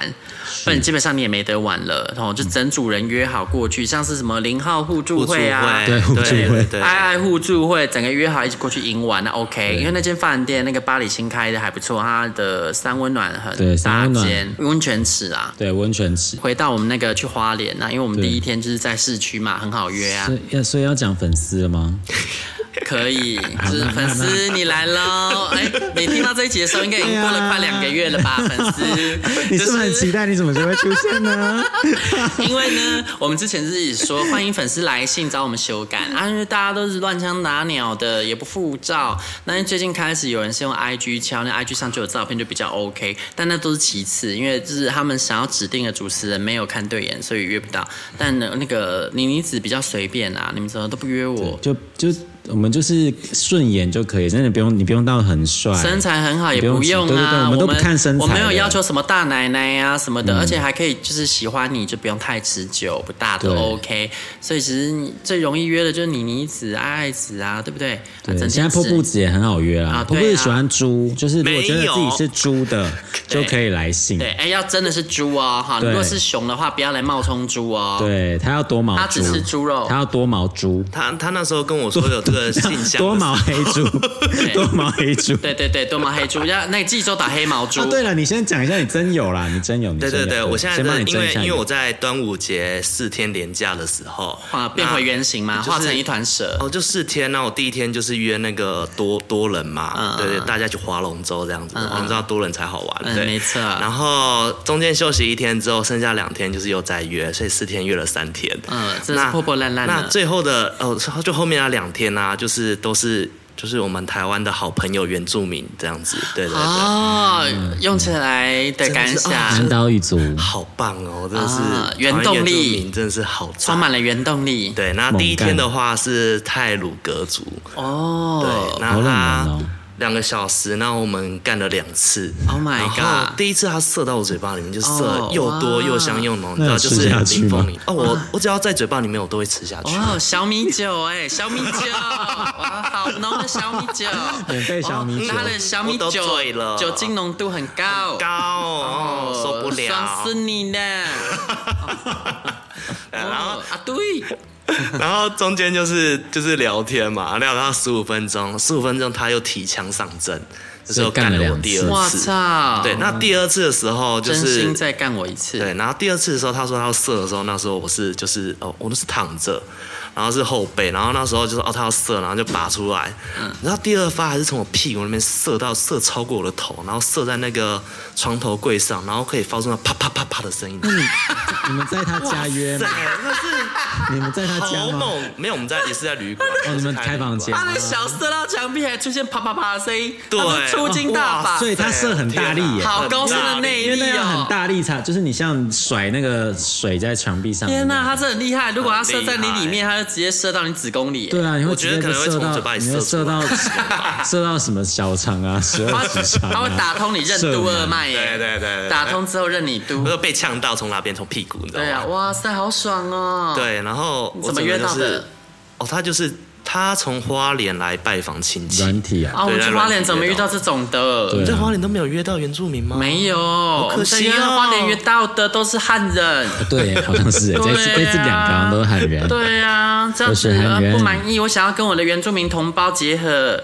Speaker 2: 不然基本上你也没得玩了。然后就整组人约好过去，像是什么零号互助
Speaker 3: 互助
Speaker 2: 会啊，
Speaker 3: 对，
Speaker 1: 互助会
Speaker 3: 对，
Speaker 2: 爱爱互助会，整个约好一起过去赢玩，那 OK。因为那间饭店那个巴黎新开的还不错，它的三温暖很
Speaker 1: 对三
Speaker 2: 大
Speaker 1: 温暖
Speaker 2: 间，温泉池啊。
Speaker 1: 对温
Speaker 2: [LAUGHS]
Speaker 1: 泉池。
Speaker 2: 回到我们那个去花莲啊，因为我们
Speaker 1: 对
Speaker 2: 第一天就是在市区嘛，很好约啊
Speaker 1: 所，以要所以要讲粉丝了吗？
Speaker 2: 可
Speaker 1: [LAUGHS]
Speaker 2: 以。就是粉丝你来喽，哎，你听到这一集的时候，应该已经过了快两个月了
Speaker 1: [LAUGHS]
Speaker 2: 吧，粉丝。
Speaker 1: 你是不是很期待你什么时候会出现呢？
Speaker 2: [LAUGHS] 因为呢，我们之前自己说欢迎粉丝来信找我们修改，啊，因为大家都是乱枪打鸟的，也不附照。那最近开始有人是用 IG 敲，那 IG 上就有照片，就比较 OK。但那都是其次，因为就是他们想要指定的主持人没有看对眼，所以约不到。但呢，那个妮妮子比较随便啊，你们怎么都不约我？
Speaker 1: 就就 [LAUGHS] 我们就是顺眼就可以，真的不用你不用到很帅，
Speaker 2: 身材很好也不用啊，
Speaker 1: 对对对我
Speaker 2: 我
Speaker 1: 们都不看身材
Speaker 2: 我没有
Speaker 1: 的嗯
Speaker 2: 要求什么大奶奶呀、啊、什么的，而且还可以就是喜欢你就不用太持久，不大都
Speaker 1: 对
Speaker 2: OK。所以其实你最容易约的就是妮妮子、爱爱子啊，对不对？
Speaker 1: 对
Speaker 2: 啊整
Speaker 1: 现
Speaker 2: 天
Speaker 1: 在破
Speaker 2: 指
Speaker 1: 布子也很好约啦
Speaker 2: 啊，
Speaker 1: 破布
Speaker 2: 对
Speaker 1: 子
Speaker 2: 啊
Speaker 1: 喜欢猪，就是如果觉得自己是猪
Speaker 2: [LAUGHS]
Speaker 1: 的，
Speaker 2: 有
Speaker 1: 就可以来信。
Speaker 2: 对，哎，要真的是猪哦，哈，
Speaker 1: 对
Speaker 2: 如果是熊的话，不要来冒充猪哦。，
Speaker 1: 对，他要多毛猪，
Speaker 2: 他只吃猪肉
Speaker 1: 他要多毛猪，
Speaker 3: 他他那时候跟我说有这个现象，
Speaker 1: [LAUGHS] 多毛黑猪，
Speaker 2: [LAUGHS]
Speaker 1: 多毛黑猪。
Speaker 2: 对对对，多毛黑猪，要那个济州岛黑毛猪。
Speaker 1: 啊，对了，你先讲一下，你真有啦，你真有，你
Speaker 3: 对
Speaker 1: 真
Speaker 3: 对
Speaker 1: 有
Speaker 3: 对，我现在
Speaker 1: 先帮
Speaker 3: 在
Speaker 1: 你
Speaker 3: 因
Speaker 1: 争
Speaker 3: 为
Speaker 1: 一下
Speaker 3: 因
Speaker 1: 你
Speaker 3: 为我在端午节四天连假的时候，
Speaker 2: 啊，变回
Speaker 3: 那
Speaker 2: 原形嘛，
Speaker 3: 就是
Speaker 2: 化成一团蛇。
Speaker 3: 哦，就四天，那我第一天就是约那个多多人嘛，
Speaker 2: 嗯
Speaker 3: 对对，
Speaker 2: 嗯
Speaker 3: 大家去划龙舟这样子，我们知道多人才好玩，
Speaker 2: 嗯
Speaker 3: 对，
Speaker 2: 没错
Speaker 3: 然后中间休息一天之后，剩下两天就是又再约，所以四天约了三天，
Speaker 2: 嗯真是
Speaker 3: 那
Speaker 2: 破破烂烂
Speaker 3: 那
Speaker 2: 了
Speaker 3: 最后的哦，就后面那两天呢、就是都是就是我们台湾的好朋友原住民这样子，对对对，
Speaker 2: 哦，
Speaker 1: 嗯
Speaker 2: 用起来的
Speaker 3: 真的是
Speaker 2: 感
Speaker 3: 哦
Speaker 2: 想
Speaker 1: 南，岛一族，
Speaker 3: 好棒哦，真的是、
Speaker 2: 啊原
Speaker 3: 台湾
Speaker 2: 动力
Speaker 3: 住民真的是好赞
Speaker 2: 充满了原动力。
Speaker 3: 对，那第一天的话是泰鲁格族，
Speaker 2: 哦，
Speaker 3: 对，那
Speaker 1: 好冷门
Speaker 3: 他
Speaker 1: 哦
Speaker 3: 两个小时，那我们干了两次。
Speaker 2: Oh my
Speaker 3: 然后
Speaker 2: god
Speaker 3: 第一次他射到我嘴巴里面，就
Speaker 2: 哦
Speaker 3: 射又多
Speaker 2: 哇
Speaker 3: 又香又浓，你
Speaker 1: 那
Speaker 3: 知道
Speaker 1: 有
Speaker 3: 就
Speaker 1: 吃
Speaker 3: 是
Speaker 1: 下去
Speaker 3: 林
Speaker 1: 吗
Speaker 3: 凤梨哦，我我只要在嘴巴里面，我都会吃下去。
Speaker 2: 哦，小米酒哎、小米
Speaker 3: [LAUGHS]
Speaker 2: 酒，哇，好浓的小米酒，哦
Speaker 1: 免费小米酒
Speaker 2: 那它的小米
Speaker 3: 我都
Speaker 2: 酒
Speaker 3: 醉了
Speaker 2: 酒精浓度很高，
Speaker 3: 高哦，受不了
Speaker 2: 爽。死你呢！
Speaker 3: [LAUGHS]
Speaker 2: 哦
Speaker 3: 然后
Speaker 2: 啊，对，
Speaker 3: 然后中间就是就是聊天嘛，聊到十五分钟，十五分钟他又提枪上阵，就是有干
Speaker 1: 所以干了
Speaker 3: 了我
Speaker 1: 两
Speaker 3: 第
Speaker 1: 次
Speaker 3: 二
Speaker 2: 哇
Speaker 3: 次。
Speaker 2: 操！
Speaker 3: 对，那第二次的时候就
Speaker 2: 哦真
Speaker 3: 是
Speaker 2: 心再干我一次，
Speaker 3: 对，然后第二次的时候，他说他要射的时候，那时候我是就是哦，我那是躺着，然后是后背，然后那时候就是哦，他要射，然后就拔出来，
Speaker 2: 嗯
Speaker 3: 然后第二发还是从我屁股那边射到射超过我的头，然后射在那个床头柜上，然后可以发出那啪啪啪啪的声音。
Speaker 2: 嗯
Speaker 1: 你们在他家约吗
Speaker 3: 对？，那是
Speaker 1: 你们在他家
Speaker 3: 好
Speaker 1: 吗？
Speaker 3: 猛！没有，我们在也是在旅馆，
Speaker 1: 哦，你们开房间
Speaker 3: 我是旅馆。
Speaker 2: 他的小射到墙壁还出现啪啪啪的声音，
Speaker 3: 对
Speaker 2: 他说出金大
Speaker 3: 哇
Speaker 2: 法，
Speaker 1: 所以他射很大力耶，
Speaker 2: 好高深的内
Speaker 1: 因为
Speaker 2: 力
Speaker 1: 那
Speaker 2: 哦，
Speaker 1: 样很。大力差，就是你像甩那个水在墙壁上。
Speaker 2: 天哪，他真的很厉害！如果他射在你
Speaker 3: 很厉害
Speaker 2: 里面，他就直接射到你子宫里耶。
Speaker 1: 对啊，你会
Speaker 3: 我觉
Speaker 1: 直接被
Speaker 3: 得可能会
Speaker 1: 射
Speaker 3: 从
Speaker 1: 到，
Speaker 3: 嘴巴里
Speaker 1: 你会射
Speaker 3: 射出
Speaker 1: 到
Speaker 3: [LAUGHS]
Speaker 1: 射到什么小肠啊、十
Speaker 2: 他
Speaker 1: 二
Speaker 2: 会
Speaker 1: 指肠啊，
Speaker 2: 他会打通你任督二脉耶，
Speaker 3: 对对对对
Speaker 2: [LAUGHS]
Speaker 3: 对
Speaker 2: 打通之后任你督
Speaker 3: [LAUGHS] 我，有被呛到从哪边？从屁股，你知道吗？
Speaker 2: 对啊，哇塞，好爽哦！，
Speaker 3: 哦对，然后
Speaker 2: 你
Speaker 3: 我
Speaker 2: 怎么
Speaker 3: 整个
Speaker 2: 约
Speaker 3: 就
Speaker 2: 到
Speaker 3: 是
Speaker 2: 的？
Speaker 3: 哦，他就是他从花莲来拜访亲戚，
Speaker 1: 软体啊。
Speaker 2: 啊，我们
Speaker 3: 对
Speaker 2: 去
Speaker 3: 在
Speaker 2: 花
Speaker 3: 软
Speaker 2: 莲
Speaker 3: 体
Speaker 2: 怎么
Speaker 3: 约
Speaker 2: 遇到
Speaker 3: 到
Speaker 2: 这种的？
Speaker 1: 对啊
Speaker 3: 你在花莲都没有约到原住民吗？
Speaker 2: 没有，
Speaker 3: 可惜哦
Speaker 2: 我们在花莲约到的都是汉
Speaker 1: [LAUGHS]
Speaker 2: 人。
Speaker 1: 对，好像是耶这
Speaker 2: 对啊
Speaker 1: 次这次两个好像都是喊人。
Speaker 2: 对啊，这样子
Speaker 1: 都是
Speaker 2: 呃
Speaker 1: 汉人
Speaker 2: 不满意，我想要跟我的原住民同胞结
Speaker 3: [LAUGHS]
Speaker 2: 合。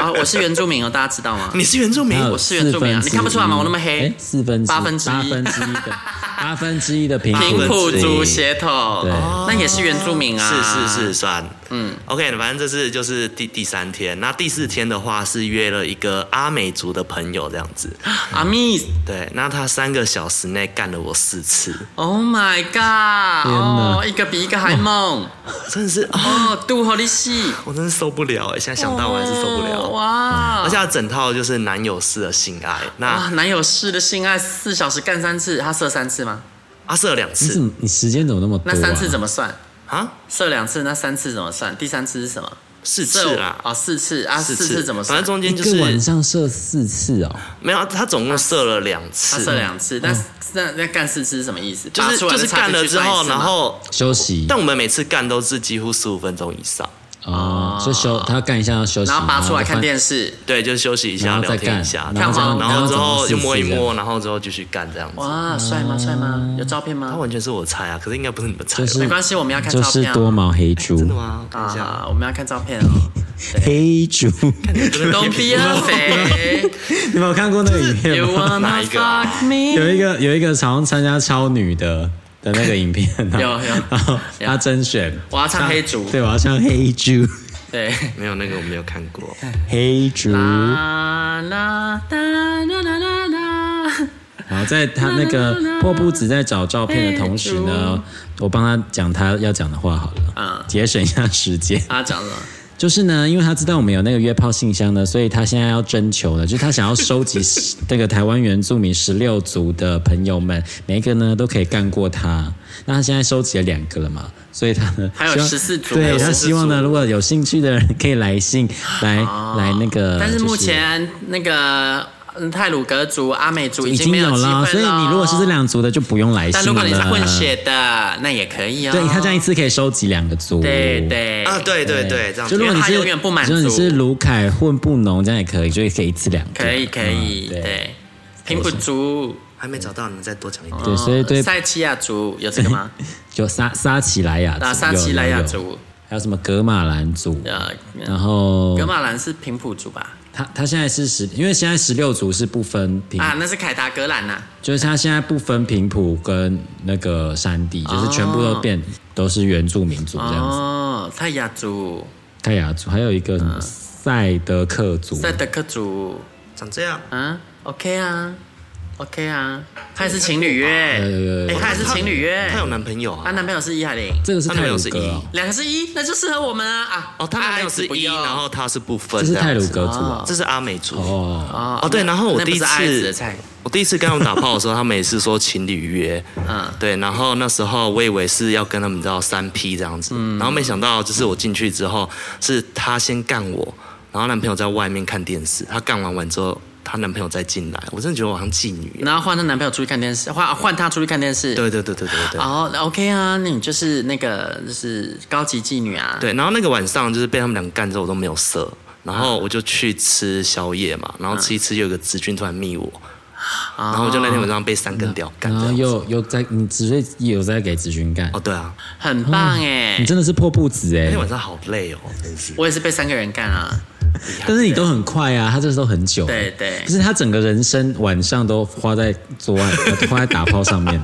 Speaker 2: 啊，我是原住民哦，大家知道吗？
Speaker 3: 你是原住民
Speaker 1: 还，有
Speaker 2: 我是原住民啊
Speaker 1: 四分之一
Speaker 2: 你看不出来吗我那么黑
Speaker 1: 哎四分之
Speaker 2: 八分之一
Speaker 1: 八分之一
Speaker 2: [LAUGHS]
Speaker 1: 的八分之一的平
Speaker 2: 平埔
Speaker 3: 埔
Speaker 2: 族
Speaker 3: 族
Speaker 2: 血统
Speaker 1: 对，
Speaker 2: 那也是原住民啊。
Speaker 3: 是是是，，算。嗯，OK，反正这是就是第第三天，那第四天的话是约了一个阿美族的朋友这样
Speaker 2: [GASPS]
Speaker 3: 子，
Speaker 2: 阿密
Speaker 3: 对，那他三个小时内干了我四次，
Speaker 2: ，Oh my God！哦，一个比一个还猛
Speaker 3: 真的是啊、
Speaker 2: 哦，杜好利西，
Speaker 3: 我真是受不了哎，现在想到我还是受不了。
Speaker 2: 哦哇！
Speaker 3: 而且他整套就是男友式的性爱，
Speaker 2: 啊
Speaker 3: 那，
Speaker 2: 男友式的性爱四小时干三次，他射三次吗？
Speaker 3: 他射了两
Speaker 1: 你怎
Speaker 3: 次
Speaker 1: 么你时间怎么那么多、
Speaker 2: 那
Speaker 1: 啊？
Speaker 2: 三次怎么算？
Speaker 3: 啊，
Speaker 2: 射两次，那三次怎么算？第三次是什么？
Speaker 3: 四次啦，
Speaker 2: 啊、哦，四次啊，四次怎么
Speaker 3: 反
Speaker 2: 算
Speaker 3: 正？中间
Speaker 1: 一
Speaker 3: 就
Speaker 1: 个晚
Speaker 3: 是
Speaker 1: 上射四次哦，
Speaker 3: 没有，啊他总共射了两次，嗯
Speaker 2: 他射两次，但是那那干四次是什么意思？
Speaker 3: 就
Speaker 2: 拔
Speaker 3: 是
Speaker 2: 出来
Speaker 3: 就是干了之后，然后
Speaker 1: 休息。
Speaker 3: 但我们每次干都是几乎十五分钟以上，
Speaker 1: 哦，就休，他要干一下要休息，
Speaker 2: 啊然后拔出来看
Speaker 1: 视。
Speaker 2: 电视，
Speaker 3: 对，就休息一
Speaker 1: 然
Speaker 3: 下，
Speaker 1: 后再
Speaker 3: 聊天
Speaker 1: 干
Speaker 3: 一下，
Speaker 1: 然
Speaker 2: 后再
Speaker 3: 然
Speaker 2: 然
Speaker 1: 后
Speaker 3: 后之后
Speaker 1: 怎
Speaker 3: 就
Speaker 1: 么
Speaker 3: 摸一
Speaker 1: 试试这
Speaker 3: 摸，
Speaker 1: 样
Speaker 3: 然后之后继续干这样子。
Speaker 2: 哇，帅吗？帅吗？有照片
Speaker 3: 他
Speaker 2: 吗？
Speaker 3: 完全是我猜啊，可是应该不是你们猜吧，
Speaker 1: 就是
Speaker 2: 没关系，我们要看
Speaker 1: 嗯就
Speaker 2: 照
Speaker 1: 是
Speaker 2: 片啊。
Speaker 1: 多毛黑猪
Speaker 3: 真，的吗？我看一下，
Speaker 2: 啊，我们要看照片
Speaker 3: [LAUGHS]
Speaker 2: 哦。
Speaker 1: 黑猪，
Speaker 2: Don't be afraid,
Speaker 1: [LAUGHS] 你们有看过那个影片
Speaker 2: you
Speaker 1: 吗？
Speaker 3: [LAUGHS] 哪
Speaker 2: wanna
Speaker 3: 一个啊
Speaker 2: fuck
Speaker 1: 有
Speaker 2: me？
Speaker 1: 一个有一个好像参加超女的的那个影片，
Speaker 2: [LAUGHS]
Speaker 1: 有
Speaker 2: 有有
Speaker 1: 然后他甄选，
Speaker 2: 我要唱黑竹
Speaker 1: 对，我要唱黑猪，
Speaker 2: [LAUGHS] 对，
Speaker 3: [LAUGHS] 没有那个我没有看过，
Speaker 1: 哎黑
Speaker 2: 嗯
Speaker 1: 猪，
Speaker 2: 啊
Speaker 1: 然
Speaker 2: 啦啦哒啦啦啦啦，
Speaker 1: 后在他那个破布子在找照片的同时呢，我帮他讲他要讲的话好了，
Speaker 2: 嗯
Speaker 1: 节省一下时间。
Speaker 2: [LAUGHS] 他讲什么？
Speaker 1: 就是呢，因为他知道我们有那个约炮信箱呢，所以他现在要征求呢，就是他想要收集十那个台湾原住民十六族的朋友们，每一个呢都可以干过他。那他现在收集了两个了嘛，所以他呢
Speaker 2: 还有
Speaker 1: 希望
Speaker 2: 14族还有
Speaker 1: 对
Speaker 2: 14
Speaker 1: 他希望呢，如果有兴趣的人可以来信来、来那个，
Speaker 2: 哦啊但是目
Speaker 1: 就
Speaker 2: 前那个嗯泰鲁格族、阿美族
Speaker 1: 是已
Speaker 2: 经
Speaker 1: 经
Speaker 2: 没
Speaker 1: 有
Speaker 2: 机
Speaker 1: 啦，
Speaker 2: 会
Speaker 1: 所以你如果是这
Speaker 2: 咯，
Speaker 1: 两族的就不用来信
Speaker 2: 但
Speaker 1: 了。
Speaker 2: 如果你是混血的，那也可以哦。
Speaker 1: 对他这样一次可以收集两个族，
Speaker 2: 对。对
Speaker 3: 啊，，对对对，这样
Speaker 1: 就
Speaker 3: 子
Speaker 1: 如果
Speaker 2: 因
Speaker 1: 你
Speaker 2: 为他
Speaker 1: 是
Speaker 2: 永远不满足
Speaker 1: 就如果你是卢凯混布农，这样也可以，就可以一次两个。
Speaker 2: 可以可以，
Speaker 1: 嗯对
Speaker 2: 对，平埔族、
Speaker 3: 哎
Speaker 2: 哦
Speaker 3: 还没找到，你们再多讲一点。
Speaker 1: 对，所以对
Speaker 2: 塞奇亚族有这个
Speaker 1: [LAUGHS]
Speaker 2: 吗？
Speaker 1: 就撒撒奇莱雅族，
Speaker 2: 啊，撒奇莱雅
Speaker 1: 有，有有
Speaker 2: 族，
Speaker 1: 还有什么格马兰族，
Speaker 2: 呃，
Speaker 1: 然后
Speaker 2: 格马兰是平埔族吧？
Speaker 1: 他他现在是十，因为现在十六族是不分平，
Speaker 2: 啊，那是凯达格兰呐。
Speaker 1: 就是他现在不分平埔跟那个山地，就是全部都变、都是原住民族这样子。
Speaker 2: 哦，泰雅族、
Speaker 1: 泰雅族还有一个什么赛德克族，
Speaker 2: 塞德克族，
Speaker 3: 长这样，
Speaker 2: 啊，OK 啊，OK 啊，他也是情侣约，
Speaker 1: 呃
Speaker 2: 哎，他也是情侣约，
Speaker 3: 她有男朋友
Speaker 2: 她
Speaker 3: 啊？
Speaker 2: 男朋友是一还零，
Speaker 1: 这个是
Speaker 3: 他们
Speaker 1: 泰
Speaker 3: 有
Speaker 1: 鲁
Speaker 3: 是
Speaker 1: 格、哦，
Speaker 2: 两个是一，那就适合我们啊啊！
Speaker 3: 哦，她男朋友是
Speaker 2: 爱子不
Speaker 3: 一，
Speaker 2: 用
Speaker 3: 然后他是不分，
Speaker 1: 这是
Speaker 3: 这样
Speaker 1: 泰鲁
Speaker 3: 子
Speaker 1: 格族啊。
Speaker 3: 这是阿美族
Speaker 1: 哦，
Speaker 2: 哦
Speaker 3: 哦，对，然后我
Speaker 2: 那
Speaker 3: 第一
Speaker 2: 不是爱子的
Speaker 3: 次
Speaker 2: 菜，
Speaker 3: 我第一次跟他们打炮的时候，他们也是说情侣约，
Speaker 2: 嗯
Speaker 3: 嗯，对，然后那时候我以为是要跟他们到三 P 这样子，
Speaker 1: 嗯
Speaker 3: 然后没想到就是我进去之后，是她先干我，然后男朋友在外面看电视，她干完完之后，她男朋友再进来，我真的觉得我好像妓
Speaker 1: 嗯
Speaker 3: 女，
Speaker 2: 然后换她男朋友出去看电视，换换她出去看电视，
Speaker 3: 对对对对对对对。
Speaker 2: 哦，那 OK 啊，那你就是那个就是高级妓女啊，，
Speaker 3: 对，然后那个晚上就是被他们两个干之后，我都没有射，然后我就去吃宵夜嘛，然后吃一吃，有个直军突然密我，然后我就那天晚上被三根屌干
Speaker 1: 啊嗯然
Speaker 3: 这
Speaker 1: 后
Speaker 3: 样子。
Speaker 1: 又又在你只是有在给子勋干
Speaker 3: 哦，，对啊，
Speaker 2: 很棒哎
Speaker 1: 你，真的是破布子哎、
Speaker 3: 那天晚上好累哦，真是。
Speaker 2: 我也是被三个人干啊，
Speaker 1: 但是你都很快啊，他这时候很久，
Speaker 2: 对对
Speaker 1: 可是他整个人生晚上都花在做
Speaker 2: [LAUGHS]
Speaker 1: 爱，花在打炮上面。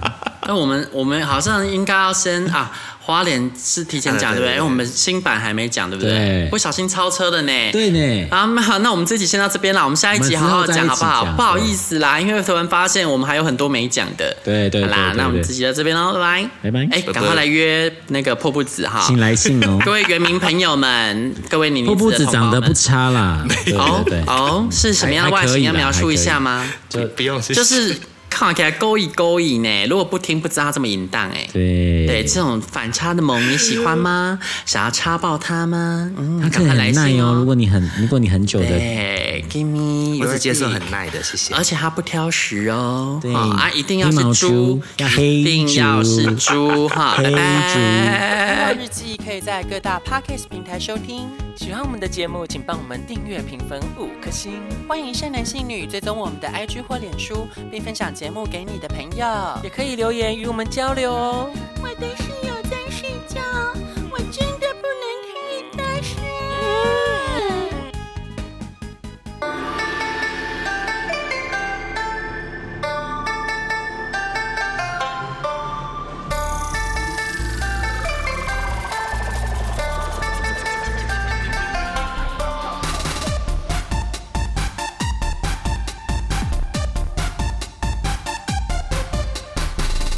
Speaker 2: 那哎我们我们好像应该要先啊，花莲是提前讲
Speaker 3: 啊
Speaker 2: 对
Speaker 3: 对
Speaker 2: 不对？因
Speaker 3: 对
Speaker 2: 为我们新版还没讲对不对
Speaker 1: 对？
Speaker 2: 不小心超车了呢。
Speaker 1: 对呢，
Speaker 2: 啊，那好，那我们这集先到这边啦，我们下一集好好讲好不好
Speaker 1: 我们之后再一起？讲
Speaker 2: 不好意思啦，因为突然发现我们还有很多没讲的。
Speaker 1: 对对对
Speaker 2: 好啦，
Speaker 1: 对
Speaker 2: 那我们
Speaker 1: 对
Speaker 2: 这集到这边喽，拜拜。
Speaker 1: 拜拜
Speaker 2: 哎，
Speaker 3: 拜
Speaker 2: 赶快来约那个破布子哈。
Speaker 1: 请来
Speaker 2: [LAUGHS]
Speaker 1: 信哦。
Speaker 2: 各位原民朋友们，各位你
Speaker 1: 破布子长得不差啦，对
Speaker 2: 哦
Speaker 1: 对对，
Speaker 2: 哦，是什么样的
Speaker 1: 还
Speaker 2: 外
Speaker 1: 还可
Speaker 2: 形
Speaker 1: 以啦
Speaker 2: 要描述一下吗？
Speaker 3: 就不用去，
Speaker 2: 就是看起来勾引勾引呢，如果不听不知道他这么淫荡哎。
Speaker 1: 对
Speaker 2: 对，这种反差的萌你喜欢吗？想要插爆他吗？嗯，
Speaker 1: 他
Speaker 2: 赶
Speaker 1: 可以
Speaker 2: 快
Speaker 1: 很
Speaker 2: 来
Speaker 1: 耐
Speaker 2: 信
Speaker 1: 哦。如果你很如果你很久
Speaker 2: 哎
Speaker 1: 的，
Speaker 2: 对，Give me，
Speaker 3: 我
Speaker 2: your
Speaker 3: 只接受
Speaker 2: dick
Speaker 3: 很耐的，谢谢
Speaker 2: 而。且它不挑食哦，
Speaker 1: 对
Speaker 2: 哦啊，一定要
Speaker 1: 黑毛
Speaker 2: 是
Speaker 1: 猪
Speaker 2: 猪，
Speaker 1: 要黑
Speaker 2: 一定要
Speaker 1: 猪
Speaker 2: 是猪哈，哎
Speaker 1: 黑
Speaker 2: 拜拜。
Speaker 4: 《漫日记》可以在各大 podcast 平台收听。喜欢我们的节目，请帮我们订阅、评分五颗星。欢迎善男信女追踪我们的 IG 或脸书，并分享节目给你的朋友，也可以留言与我们交流哦。
Speaker 5: 我的室友在睡觉，我真的不能听大声。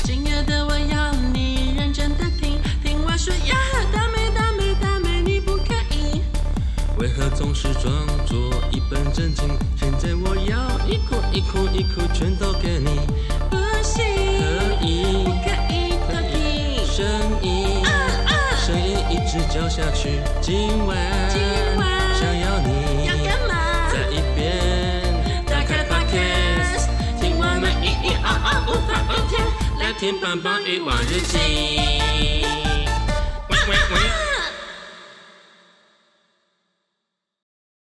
Speaker 5: 今夜的我要你认真的听，听我说呀，大美大美大美，你不可以。
Speaker 6: 为何总是装作一本正经？现在我要一哭一哭一哭，全都给你。
Speaker 5: 不行，
Speaker 6: 可以
Speaker 5: 不可以，可以。
Speaker 6: 声音，
Speaker 5: 啊
Speaker 6: 声音一直叫下去。今晚，
Speaker 5: 今晚
Speaker 6: 想要你
Speaker 5: 要干嘛？
Speaker 6: 在一边。
Speaker 5: 打开 podcast，听我们咿咿啊啊无法无天，
Speaker 6: 来
Speaker 5: 来
Speaker 6: 听
Speaker 5: 听
Speaker 6: 棒
Speaker 5: 棒
Speaker 6: 棒
Speaker 5: 棒
Speaker 6: 与
Speaker 5: 与
Speaker 6: 往
Speaker 5: 往
Speaker 6: 日
Speaker 5: 日
Speaker 6: 记
Speaker 5: 记。